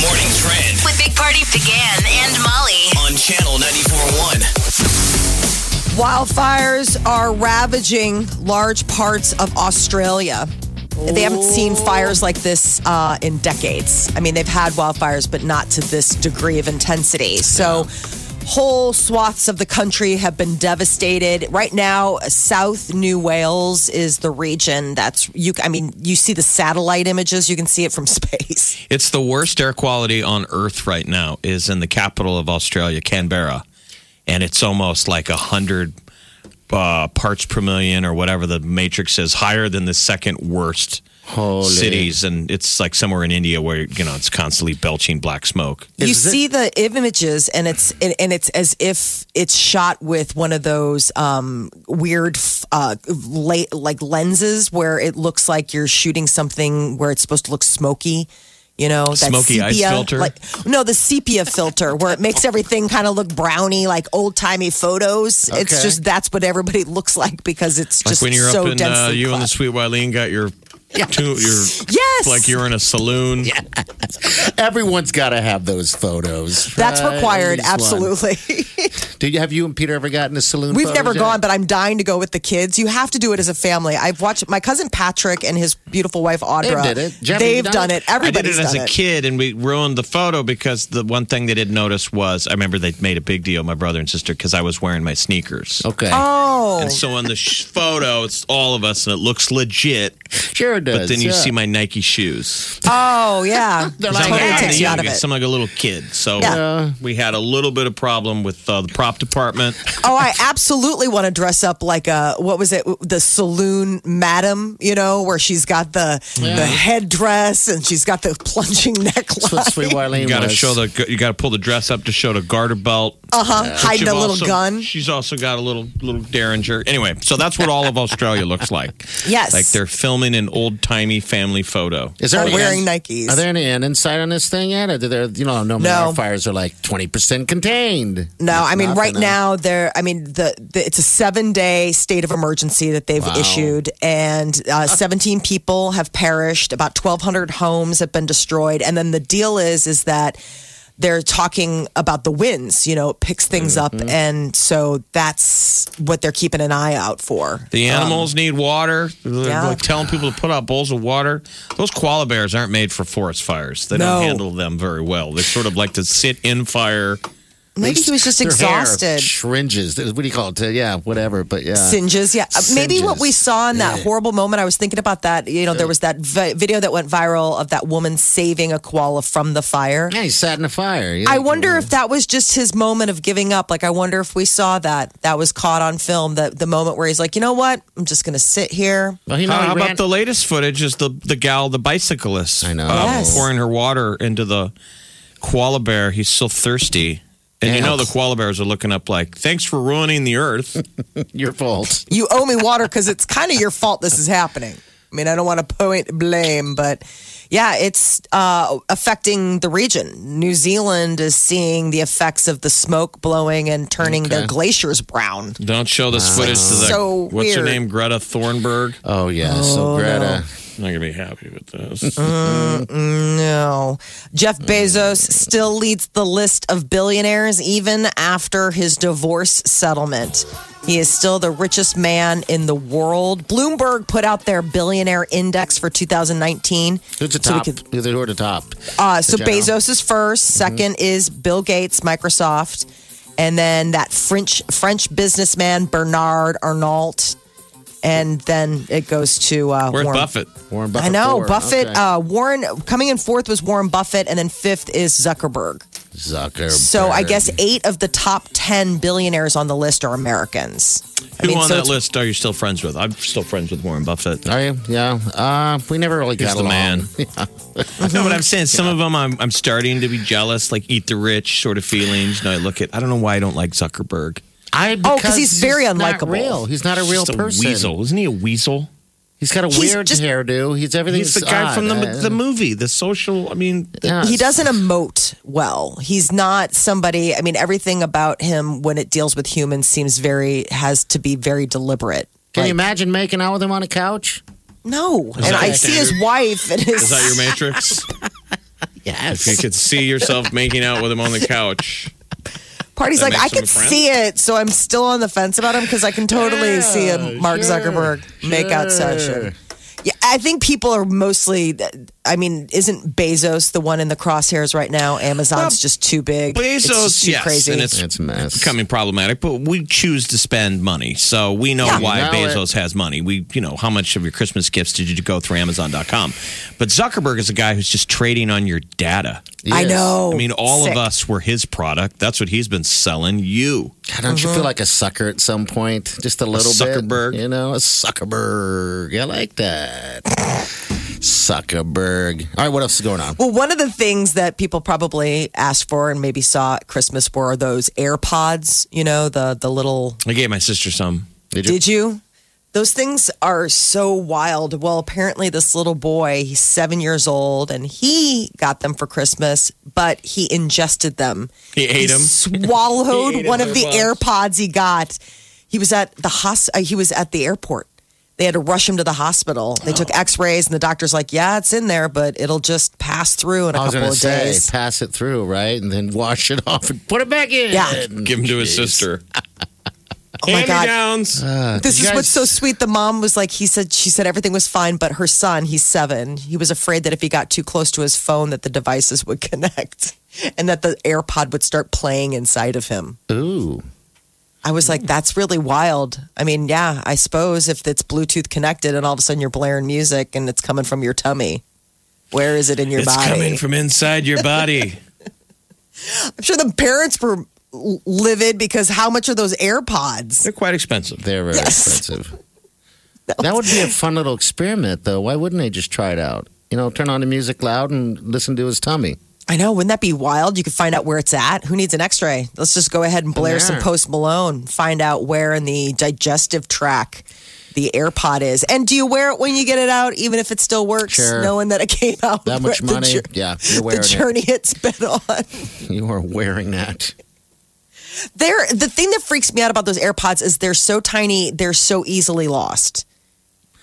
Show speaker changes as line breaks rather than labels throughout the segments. morning trend
with Big Party began and Molly.
on channel 94.1.
Wildfires are ravaging large parts of Australia. They haven't seen fires like this uh, in decades. I mean, they've had wildfires, but not to this degree of intensity. So, whole swaths of the country have been devastated. Right now, South New Wales is the region that's you. I mean, you see the satellite images; you can see it from space.
It's the worst air quality on earth right now is in the capital of Australia, Canberra. And it's almost like 100 uh, parts per million or whatever the matrix is, higher than the second worst cities. And it's like somewhere in India where, you know, it's constantly belching black smoke.
you see the images and it's and, and it's as if it's shot with one of those um, weird f- uh, la- like lenses where it looks like you're shooting something where it's supposed to look smoky you know that
Smoky ice filter?
like no the sepia filter where it makes everything kind of look browny like old-timey photos it's
Okay.
just that's what everybody looks like because it's
Like
just
when you're
so
up in,
densely
uh, you and the
cla-
sweet Wileen got your. two- your
Yes!
Like you're in a saloon.
Everyone's got to have those photos.
that's
right? At
required
least one.
absolutely
Did you have you and Peter ever gotten a saloon?
We've
photos
never
yet?
gone, but I'm dying to go with the kids. You have to do it as a family. I've watched my cousin Patrick and his beautiful wife Audra.
did it. Jeff,
They've
have you
done
done
it.
it?
I did
Everybody's
it as
done
a kid, and we ruined the photo because the one thing they didn't notice was I remember they made a big deal, my brother and sister, because I was wearing my sneakers.
Okay,
Oh,
And so in the sh- photo, it's all of us, and it looks legit.
sure it does.
But then you
yeah.
see my Nike shoes.
oh yeah.
They're
I'm
like,
like,
totally
"Hey."
I'm,
takes
the
you out of it.
youngest. I'm like a little kid. So
Yeah.
we had a little bit of problem with uh, the prop department.
Oh, I absolutely want to dress up like a what was it? The saloon madam, you know, where she's got the the headdress and she's got the plunging
That's what
neckline,
Sweet Wileen
You got to
was.
show the. You got to pull the dress up to show the garter belt. Uh huh.
Uh-huh, hiding a little gun.
She's also got a little little derringer. Anyway, so that's what all of Australia looks like.
Yes.
like they're filming an old timey family photo.
Is there
Or
any
wearing
end-
Nikes.
Are there any end in sight on this thing yet? Or do there, you know, no,
No.
fires are like twenty percent contained.
No, I mean
nothing,
right
huh?
now there. I mean the, the it's a seven day state of emergency that they've issued, and uh, seventeen people have perished. About twelve hundred homes have been destroyed, and then the deal is is that they're talking about the winds. You know, it picks things
Mm-hmm.
up, and so that's what they're keeping an eye out for.
The animals need water. They're
Um, Yeah.
like telling people to put out bowls of water. Those koala bears aren't made for forest fires. They
No.
don't handle them very well. They sort of like to sit in fire.
Maybe he was just
Their hair
exhausted.
Shringes. What do you call it? Yeah, whatever. But yeah,
Singes, yeah. Uh, Maybe what
Singes.
we saw in that
Yeah.
horrible moment, I was thinking about that. You know, there was that vi- video that went viral of that woman saving a koala from the fire.
yeah, he sat in a fire. Yeah.
I wonder if that was just his moment of giving up. Like, I wonder if we saw that. That was caught on film. The the moment where he's like, you know what? I'm just gonna sit here.
Well, you know,
How,
he
how
ran-
about the latest footage? Is the the gal, the bicyclist,
I know. Yes.
pouring her water into the koala bear? He's so thirsty. And you
Yeah.
know the koala bears are looking up like, "Thanks for ruining the earth."
your fault?
You owe me water because it's kind of your fault this is happening. I mean, I don't want to point blame, but yeah, it's uh, affecting the region. New Zealand is seeing the effects of the smoke blowing and turning their glaciers brown.
Don't show this footage to the
so
what's her
weird.
name, Greta Thornburg.
Oh yeah. so Greta.
I'm not gonna be happy with this.
Uh, No. Jeff Bezos still leads the list of billionaires even after his divorce settlement. He is still the richest man in the world. Bloomberg put out their billionaire index for 2019.
Who's the
So we
top?
could-
Who are the top?
uh, so
The general. Mm-hmm.
Bezos is 1st second is Bill Gates, Microsoft, and then that French French businessman Bernard Arnault, and then it goes to uh,
We're at
Warren
Buffett.
Warren Buffett.
I know
four.
Buffett.
Okay.
Uh, Warren coming in fourth was Warren Buffett, and then fifth is Zuckerberg.
Zucker.
So I guess eight of the top 10 billionaires on the list are Americans. I
Who
mean,
on
so
that
it's-
list are you still friends with? I'm still friends with Warren Buffett.
Are you? Yeah. Uh, we never really
He's
got
the
along.
man. No, but I'm saying some of them I'm, I'm starting to be jealous, like eat the rich sort of feelings. No, I look at, I don't know why I don't like Zuckerberg.
I
Oh, 'cause he's very
not
unlikable.
real. He's not a real
Just a
person.
weasel. Isn't he a weasel?
He's got a
He's
weird
just-
hairdo. He's everything.
He's the guy from the, the movie, the social. I mean,
he doesn't emote well. He's not somebody, I mean, everything about him when it deals with humans seems very, has to be very deliberate.
Can
Like,
you imagine making out with him on a couch?
No.
that
and I
your
see his wife and his.
is that your matrix? you
Yes.
could see yourself making out with him on the couch.
Party's
That
like, I
makes him
can
a friend?
see it, so I'm still on the fence about him because I can totally see a Mark Zuckerberg makeout session. Yeah, I think people are mostly. I mean, isn't Bezos the one in the crosshairs right now? Amazon's just too big. It's just
Bezos,
too
yes,
crazy.
and it's
It's a mess.
becoming problematic, but we choose to spend money. So we know
Yeah.
why
You know
Bezos has money. We, you know, how much of your Christmas gifts did you go through Amazon.com? But Zuckerberg is a guy who's just trading on your data.
I
Yes.
know.
I mean, all
Sick.
of us were his product. That's what he's been selling you.
God, don't
Uh-huh.
you feel like a sucker at some point? Just a little
Zuckerberg.
bit. You know, a Zuckerberg. I like that. Zuckerberg. All right, what else is going on?
Well, one of the things that people probably asked for and maybe saw at Christmas were those AirPods. You know, the the little
I gave my sister some.
Did you? Those things are so wild. Well, apparently, this little boy, he's seven years old, and he got them for Christmas, but he ingested them.
He ate them?
Swallowed
He ate
one
his
of the AirPods he got. He was at the hos- uh, He was at the airport. They had to rush him to the hospital. They took X-rays, and the doctor's like, "Yeah, it's in there, but it'll just pass through in a
I was
couple
going
of
to say,
days."
pass it through, right? And then wash it off and put it back in.
Yeah.
Give him to his
Jeez.
sister.
Oh my god!
downs.
This
You
is what's so
guys-
sweet. The mom was like, he said, she said everything was fine, but her son, he's seven, he was afraid that if he got too close to his phone, that the devices would connect and that the AirPod would start playing inside of him.
Ooh.
I was like, that's really wild. I mean, yeah, I suppose if it's Bluetooth connected and all of a sudden you're blaring music and it's coming from your tummy, where is it in your
it's
body?
coming from inside your body.
I'm sure the parents were l- livid because how much are those AirPods?
They're quite expensive.
They're very expensive. That would be a fun little experiment, though. Why wouldn't they just try it out? You know, turn on the music loud and listen to his tummy.
I know. Wouldn't that be wild? You could find out where it's at. Who needs an x ray? Let's just go ahead and blare some
there.
Post Malone, find out where in the digestive tract the AirPod is. And do you wear it when you get it out, even if it still works,
Sure.
knowing that it came out?
That much
with the
money?
jour-
Yeah, you're
The
wearing it.
journey it's been on.
You are wearing that.
They're, the thing that freaks me out about those AirPods is they're so tiny, they're so easily lost.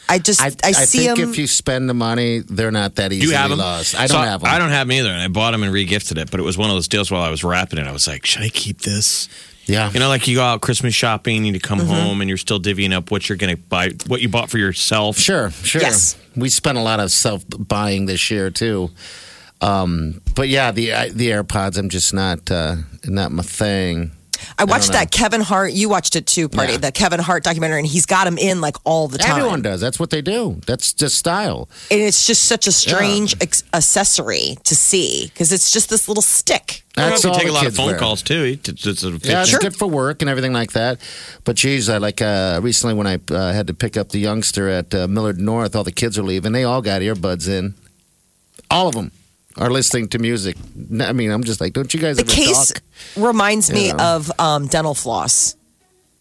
I just, I, see
think
them.
if you spend the money, they're not that
Do
easily
you have them?
lost. I
So
don't have them.
I don't have them either. And I bought them and regifted it, but it was one of those deals while I was wrapping it. I was like, should I keep this?
Yeah.
You know, like you go out Christmas shopping, you come
Mm-hmm.
home, and you're still divvying up what you're going to buy, what you bought for yourself.
Sure, sure.
Yes.
We spent a lot of self buying this year too. Um, but yeah, the I, the AirPods, I'm just not uh, not my thing.
I watched
know.
that Kevin Hart, you watched it too, Party,
Yeah.
the Kevin Hart documentary, and he's got them in like all the time.
Everyone does. That's what they do. That's just style.
and it's just such a strange ex- accessory to see because it's just this little stick.
I don't
That's
know if you take
all
a
the
lot of
kids
phone
wear.
calls too. You t- t- t-
Yeah, it's
picture.
good for work and everything like that. But geez, I like uh, recently when I uh, had to pick up the youngster at uh, Millard North, all the kids are leaving. They all got earbuds in. All of them are listening to music. N- I mean, I'm just like, don't you guys
The
ever
case
talk?
reminds me
You know.
of um, dental floss.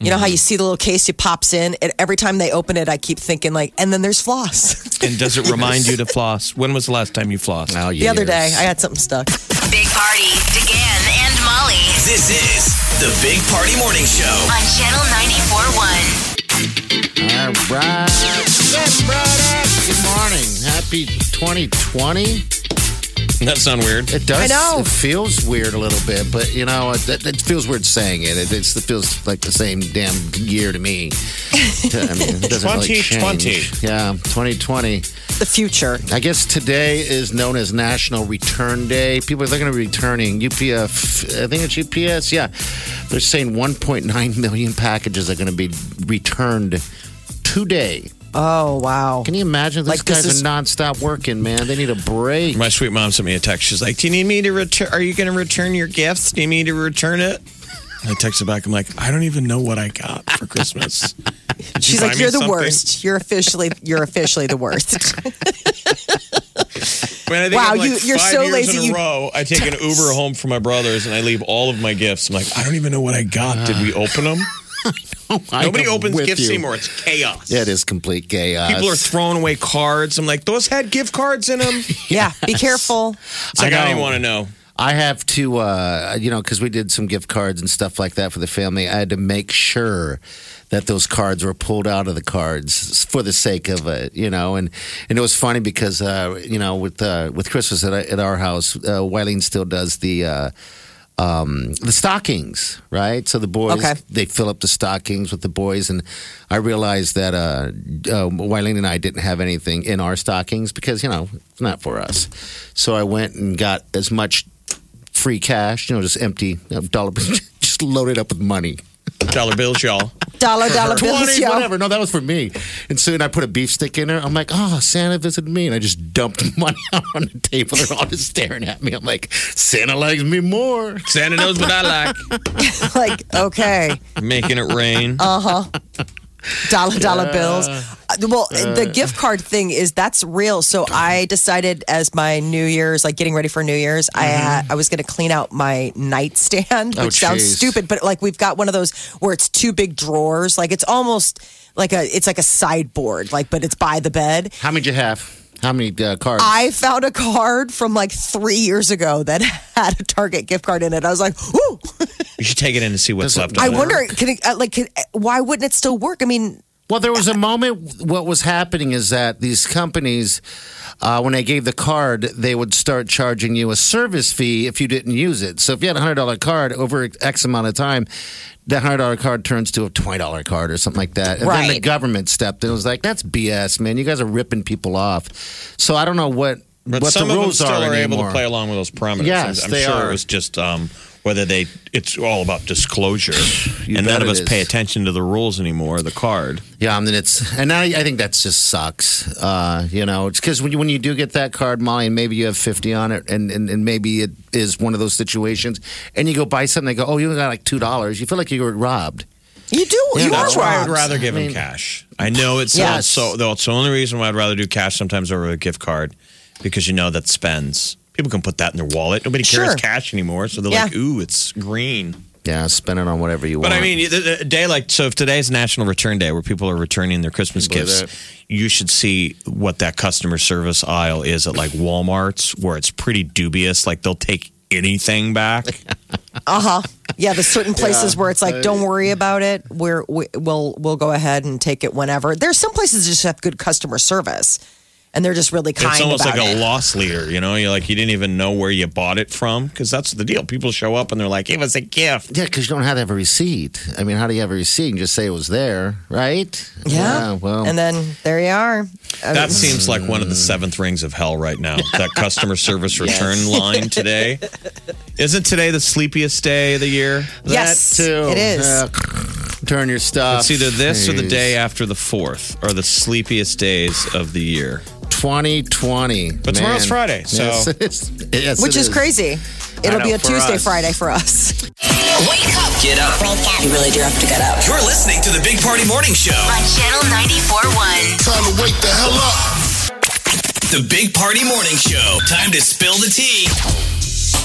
You know how you
Mm-hmm.
see the little case, it pops in, and every time they open it, I keep thinking like, and then there's floss.
And does it remind you to floss? When was the last time you flossed?
Oh,
the other day,
years.
I had something stuck.
Big Party, DeGan and Molly
This is the Big Party Morning Show.
on Channel 94.1.
All right. Good morning. Happy 2020.
Doesn't that sound weird?
It does.
I know.
It feels weird a little bit, but you know, it, it, it feels weird saying it. It, it's, it feels like the same damn year to me. I mean, it doesn't really
2020.
change. Yeah, 2020.
The future.
I guess today is known as National Return Day. People are going to be returning. UPF, I think it's UPS. Yeah. They're saying 1.9 million packages are going to be returned today.
Oh, wow.
Can you imagine? These
Like, this
guys
is-
are nonstop working, man. They need a break.
My sweet mom sent me a text. She's like, "Do you need me to return? Are you going to return your gifts? Do you need me to return it?" I texted back. I'm like, "I don't even know what I got for Christmas." Did you
She's
buy
like,
me
you're the
something?"
worst. You're officially, you're officially the worst.
I mean, I think
Wow,
I'm like
you- you're
five
so
years
lazy,
In a
you-
row, I take an Uber home from my brother's and I leave all of my gifts. I'm like, I don't even know what I got. Did we open them?
I
Nobody
am
opens
with
gifts
you.
anymore. It's chaos.
That is complete chaos.
People are throwing away cards. I'm like, those had gift cards in them.
yeah, be careful.
It's like, I, don't
know.
even want to know.
I have to, uh, you know, because we did some gift cards and stuff like that for the family. I had to make sure that those cards were pulled out of the cards for the sake of it, you know. And and it was funny because, uh, you know, with uh, with Christmas at, at our house, uh, Wileen still does the. Uh, um, the stockings, right? So the boys
Okay.
they fill up the stockings with the boys, and I realized that uh, uh, Wileen and I didn't have anything in our stockings because you know it's not for us. So I went and got as much free cash, you know, just empty you know, dollar, just loaded up with money.
Dollar bills, y'all.
Dollar, dollar bills,
20,
yo.
whatever. No, that was for me. And soon I put a beef stick in there. I'm like, oh, Santa visited me. And I just dumped money out on the table. They're all just staring at me. I'm like, Santa likes me more.
Santa knows what I like.
like, okay.
Making it rain.
Uh,
Uh-huh. dollar dollar bills. Uh, Well, the gift card thing is that's real. So I decided as my New Year's, like getting ready for New Year's, I had, I was going to clean out my nightstand,
Mm-hmm. Oh,
which sounds
jeez.
stupid, but like we've got one of those where it's two big drawers, like it's almost like a it's like a sideboard, like but it's by the bed.
How many did you have? How many uh, cards?
I found a card from like three years ago that had a Target gift card in it. I was like, "Ooh!"
you should take it in and see what's
Does it
left.
I
of it.
wonder, can it, uh, like, can, why wouldn't it still work? I mean,
Well, there was a moment. What was happening is that these companies, uh, when they gave the card, they would start charging you a service fee if you didn't use it. So if you had a hundred dollar card over X amount of time, that hundred dollar card turns to a twenty dollar card or something like that. And then the
Right.
government stepped in and was like, "That's BS, man. You guys are ripping people off." So I don't know what
But
what
some
the
of them
rules
still are, able to
anymore.
play along with those prominences.
Yes,
I'm
they
sure
are.
it was just um, whether they. It's all about disclosure,
You
and none
bet
of
it
us
is.
pay attention to the rules anymore. The card.
Yeah, I mean it's, and I, I think that just sucks. Uh, you know, it's because when you, when you do get that card, Molly, and maybe you have fifty on it, and, and, and maybe it is one of those situations, and you go buy something, they go, oh, you only got like two dollars. You feel like you were robbed.
you do.
Yeah,
you
that's
are
why
I
robbed.
would rather give them cash. I know it sounds
Yes.
so. Though it's the only reason why I'd rather do cash sometimes over a gift card, because you know that spends. People can put that in their wallet. Nobody carries
Sure.
cash anymore, so they're
Yeah.
like, "Ooh, it's green."
Yeah, spend it on whatever you
But
want.
I mean, a a day like so, if today's National Return Day, where people are returning their Christmas
Believe
gifts,
that.
you should see what that customer service aisle is at like Walmart's, where it's pretty dubious. Like they'll take anything back.
Uh huh. Yeah, there's certain places where it's like, don't worry about it. We're, we, we'll we'll go ahead and take it whenever. There's some places that just have good customer service, and they're just really kind.
it's almost like
about
a
it.
loss leader. You know, you're like you didn't even know where you bought it from because that's the deal. People show up and they're like, "It was a gift."
yeah, because you don't have to have a receipt. I mean, how do you have a receipt? You can just say it was there, right?
Yeah.
well,
and then there you are. Um, I
That
mean,
seems like one of the seventh rings of hell right now. That customer service return line today. Isn't today the sleepiest day of the year?
yes,
that too.
it is.
Uh, turn your stuff.
It's either this or the
Jeez.
day after the fourth are the sleepiest days of the year.
2020.
But tomorrow's
man.
Friday, so-
Yes, it is. Yes,
Which
it
is crazy. It'll
know,
be a
for
Tuesday
us.
Friday for us.
Wake up
Get up.
You really do have to get up.
You're listening to the Big Party Morning Show.
on Channel 94.1.
Time to wake the hell up.
The Big Party Morning Show. Time to spill the tea.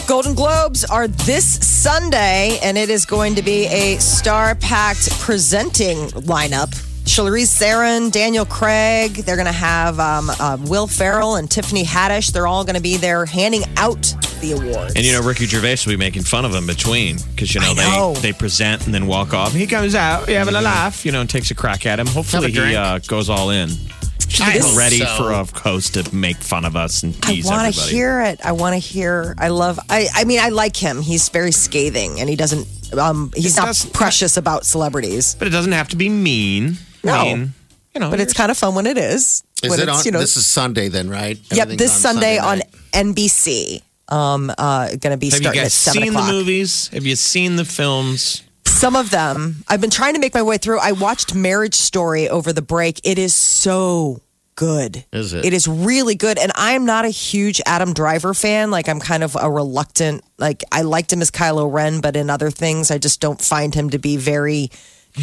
Golden Globes are this Sunday, and it is going to be a star-packed presenting lineup. Charlize Theron, Daniel Craig, they're going to have um, uh, Will Ferrell and Tiffany Haddish. They're all going to be there handing out the awards.
And you know, Ricky Gervais will be making fun of him between because you know,
know.
they they present and then walk off. He comes out, you having a laugh, you know, and takes a crack at him. Hopefully, he
drink.
uh, goes all in.
This-
ready
so.
for a host to make fun of us and
I
tease
want to
everybody.
hear it. I want to hear. I love. I. I mean, I like him. He's very scathing, and he doesn't. Um, he's
It
not
doesn't-
precious about celebrities.
but it doesn't have to be mean.
No.
I mean, you know,
But it's kind of fun when it is.
Is
when
it
it's,
on?
you know,
this is Sunday then, right?
Yep,
Everything's
this Sunday, on
night.
NBC. Um, uh, going to be
Have you
starting
guys
at seven
seen
o'clock.
the movies? Have you seen the films?
Some of them. I've been trying to make my way through. I watched Marriage Story over the break. It is so good.
Is it?
It is really good. And I am not a huge Adam Driver fan. Like I'm kind of a reluctant. Like I liked him as Kylo Ren, but in other things, I just don't find him to be very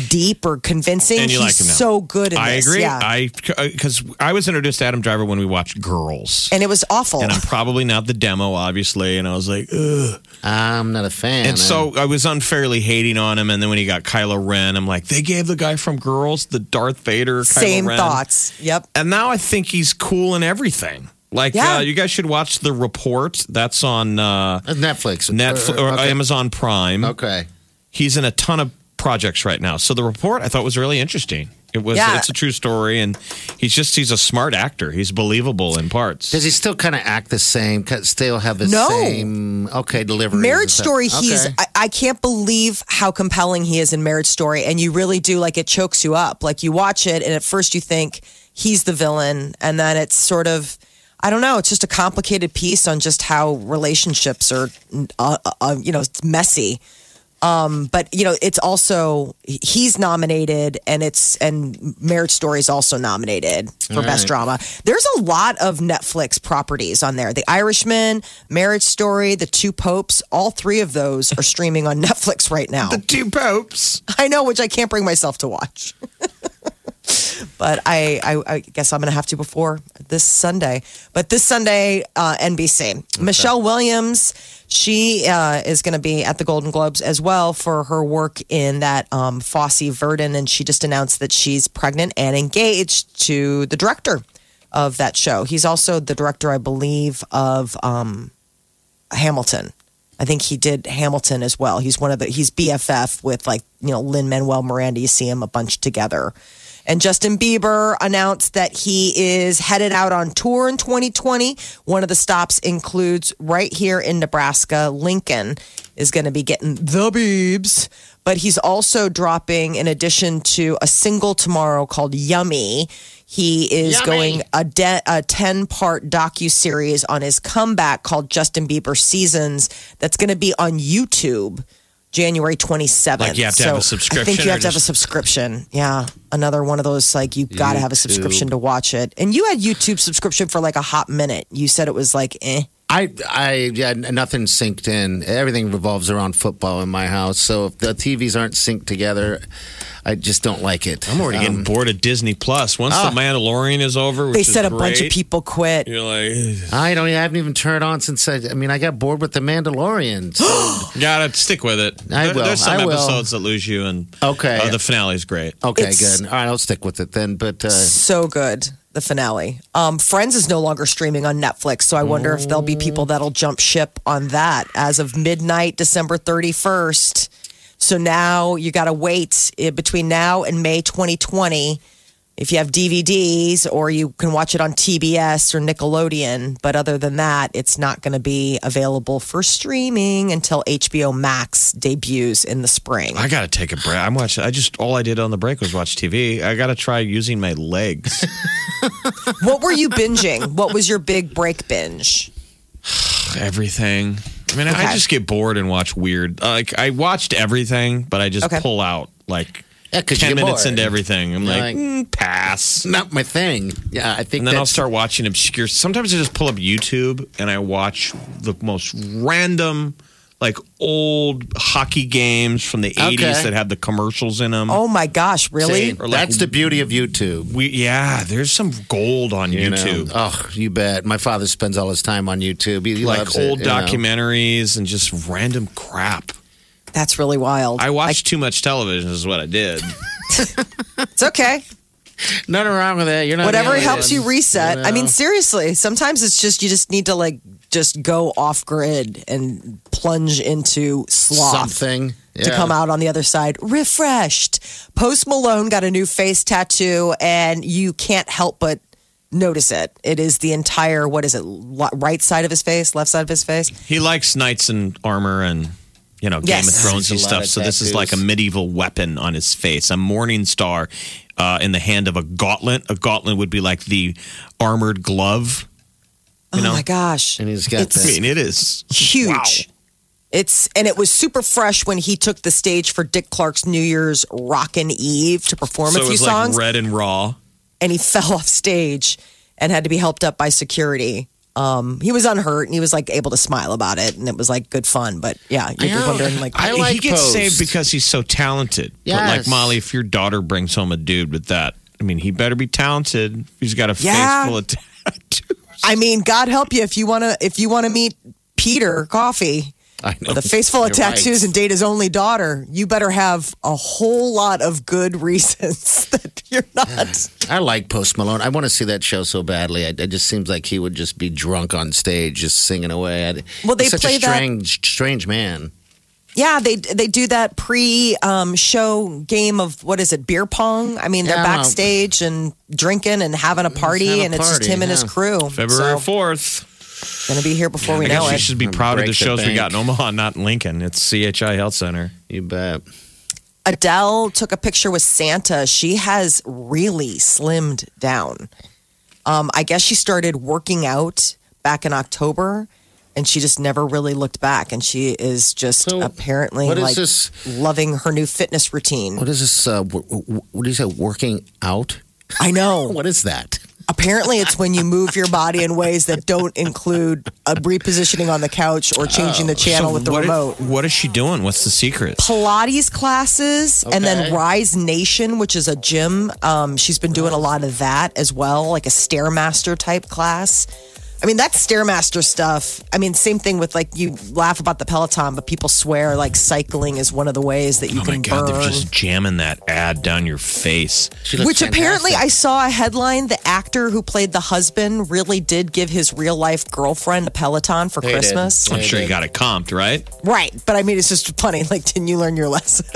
deep or convincing.
And you
He's
like him now.
so good. In
I
this.
agree.
Yeah.
I because I was introduced to Adam Driver when we watched Girls,
and it was awful.
and I'm probably not the demo, obviously. And I was like, ugh.
I'm not a fan.
And so I was unfairly hating on him. And then when he got Kylo Ren, I'm like, they gave the guy from Girls the Darth Vader. Kylo
Same
Ren.
thoughts. Yep.
And now I think he's cool in everything. Like,
Yeah.
uh, you guys should watch The Report. That's on uh,
Uh, Netflix.
Netflix
Uh,
or
okay.
Amazon Prime.
Okay.
He's in a ton of projects right now. So The Report I thought was really interesting. It was
Yeah.
it's a true story, and he's just he's a smart actor. He's believable in parts.
Does he still kind of act the same? ca- Still have the
No.
same okay delivery?
Marriage Story, he's,
Okay.
I, I can't believe how compelling he is in Marriage Story. And you really do, like, it chokes you up. Like, you watch it, and at first you think he's the villain. And then it's sort of, I don't know, it's just a complicated piece on just how relationships are, uh, uh, you know, it's messy. Um, but you know, it's also he's nominated, and it's and Marriage Story is also nominated for best drama. There's a lot of Netflix properties on there: The Irishman, Marriage Story, The Two Popes. All three of those are streaming on Netflix right now.
two popes.
I know, which I can't bring myself to watch. But I, I, I guess I'm going to have to before this Sunday. But this Sunday, uh, NBC. Michelle Williams, she uh, is going to be at the Golden Globes as well for her work in that um, Fosse Verdon. And she just announced that she's pregnant and engaged to the director of that show. He's also the director, I believe, of um, Hamilton. I think he did Hamilton as well. He's one of the he's BFF with like you know Lin Manuel Miranda. You see him a bunch together. And Justin Bieber announced that he is headed out on tour in 2020. One of the stops includes right here in Nebraska. Lincoln is going to be getting the beebs, but he's also dropping, in addition to a single tomorrow called Yummy, he is going a, de- a 10 part docu series on his comeback called Justin Bieber Seasons that's going to be on YouTube January 27th.
Like you have to have a subscription
I think you
or
have to have a
just-
subscription. Yeah. Another one of those, like, you've got to have a subscription to watch it. And you had YouTube subscription for like a hot minute. You said it was like, eh.
I, I, yeah, nothing synced in. Everything revolves around football in my house. So if the TVs aren't synced together, I just don't like it.
I'm already
Um,
getting bored of Disney Plus. Once
Ah.
the Mandalorian is over, which
They
is
said a bunch of
great,
people quit.
You're like,
Um, I don't. I haven't even turned it on since I. I mean, I got bored with the Mandalorian. So,
gotta stick with it.
I
There-
will,
There's some
I will.
episodes that lose you, and
Okay.
uh, the finale's great.
okay,
It's-
good. All right, I'll stick with it then. But uh,
so good the finale um, friends is no longer streaming on netflix so i wonder if there'll be people that'll jump ship on that as of midnight december 31st so now you got to wait eh, between now and may 2020 if you have dvds or you can watch it on tbs or nickelodeon but other than that it's not going to be available for streaming until hbo max debuts in the spring
I gotta take a break. I'm watching. I just all I did on the break was watch TV. I gotta try using my legs.
what were you binging what was your big break binge
everything. I mean, I
Okay.
just get bored and watch weird. Like I watched everything, but I just
Okay.
pull out like
Yeah, 'cause you
ten
get
minutes
bored.
into everything. I'm
You're
like,
like-
"Mm, pass.
not my thing. Yeah, I think.
And then I'll
that's-
start watching obscure. Sometimes I just pull up YouTube and I watch the most random, like old hockey games from the
Okay.
'80s that had the commercials in them.
Oh my gosh, really?
See,
Or like-
that's the beauty of YouTube.
We, yeah, there's some gold on
you know.
YouTube.
Oh, you bet. My father spends all his time on YouTube. He
like
loves it,
old
you know.
documentaries and just random crap.
That's really wild.
I watched too much television, is what I did.
it's okay.
Nothing wrong with that. You're not. the
Whatever
only
helps you
one.
reset. I mean,
know.
seriously, sometimes it's just you just need to like just go off grid and plunge into sloth.
something
To come out on the other side refreshed. Post Malone got a new face tattoo, and you can't help but notice it. It is the entire, what is it, li- right side of his face, left side of his face?
He likes knights in armor and you know Game
Yes.
of Thronesy
He's a lot
stuff.
of
So this is like
tattoos.
a medieval weapon on his face, a morning star uh, in the hand of a gauntlet. A gauntlet would be like the armored glove. You
oh
know,
my gosh.
And he's got
It's-
I
that.
mean, it is
Huge.
Wow.
It's and it was super fresh when he took the stage for Dick Clark's New Year's Rockin' Eve to perform
So
a
it
few
was
songs,
like red and raw.
and he fell off stage and had to be helped up by security. Um, he was unhurt and he was like able to smile about it, and it was like good fun. But yeah, you're
Yeah.
wondering like
I like
he gets
Post.
saved because he's so talented. But like
Yes.
Molly, if your daughter brings home a dude with that, I mean, he better be talented. He's got a
Yeah.
face full of tattoos.
I mean, God help you if you want to if you want to meet Peter Coffee
I know.
with a face full of
You're right.
tattoos and date his only daughter. You better have a whole lot of good reasons that you're not.
I like Post Malone. I want to see that show so badly. I, it just seems like he would just be drunk on stage, just singing away. I,
Well, they
he's such
play
a
that-
strange, strange man.
Yeah, they they do that pre um, show game of what is it beer pong? I mean, they're
Yeah, I know.
backstage and drinking and having a party,
have a
and it's just
party,
him and his
yeah.
crew.
February
so,
4th.
gonna be here before we
I
know
guess we
it.
should be proud of the
Break the
shows we got in
bank.
Omaha, not in Lincoln. It's CHI Health Center.
You bet.
Adele took a picture with Santa. She has really slimmed down. Um, I guess she started working out back in October, and she just never really looked back. And she is just
So,
apparently
what is
like
this-
loving her new fitness routine.
What is this? Uh, w- w- what do you say? Working out?
I know.
What is that?
Apparently, it's when you move your body in ways that don't include a repositioning on the couch or changing the channel with the
Oh, what,
remote.
Is, what is she doing? What's the secret?
Pilates classes and then
Okay.
Rise Nation, which is a gym. Um, she's been doing a lot of that as well, like a Stairmaster type class. I mean, that's Stairmaster stuff. I mean, same thing with like you laugh about the Peloton, but people swear like cycling is one of the ways that you
Oh my
can burn.
God, they're just jamming that ad down your face.
She looks
Which apparently I
fantastic.
saw a headline. The actor who played the husband really did give his real life girlfriend a Peloton for
did.
Christmas.
I'm sure you got it comped, right?
Right. But I mean, it's just funny. Like, didn't you learn your lesson?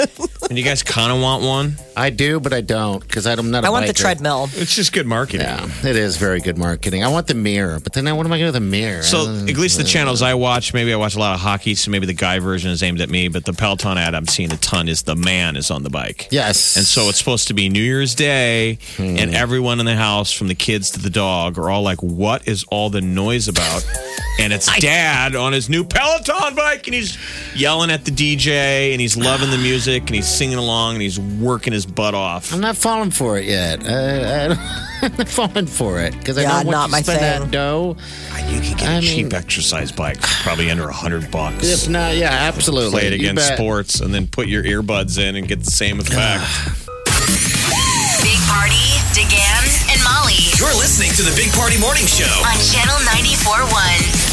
And you guys kind of want one?
I do, but I don't because I'm not. a
I want the
biker.
treadmill.
It's just good marketing.
Yeah, it is very good marketing. I want the mirror, but then I, what am I going to the mirror?
So
Uh,
at least the channels I watch, maybe I watch a lot of hockey, so maybe the guy version is aimed at me, but the Peloton ad I'm seeing a ton is the man is on the bike.
yes,
And so it's supposed to be New Year's Day,
Hmm.
and everyone in the house, from the kids to the dog, are all like, What is all the noise about? and it's dad on his new Peloton bike, and he's yelling at the DJ, and he's loving the music, and he's singing along, and he's working his butt off.
I'm not falling for it yet. Uh, I, I'm not falling for it because
Yeah,
I don't
not
want
my
to spend
thing.
that dough.
You could get a
I
cheap
mean-
exercise bike, for probably under 100 bucks.
If not, yeah, absolutely.
play it
You
against
bet.
sports and then put your earbuds in and get the same effect.
Big Party, DeGan, and Molly
You're listening to the Big Party Morning Show.
on Channel 94.1.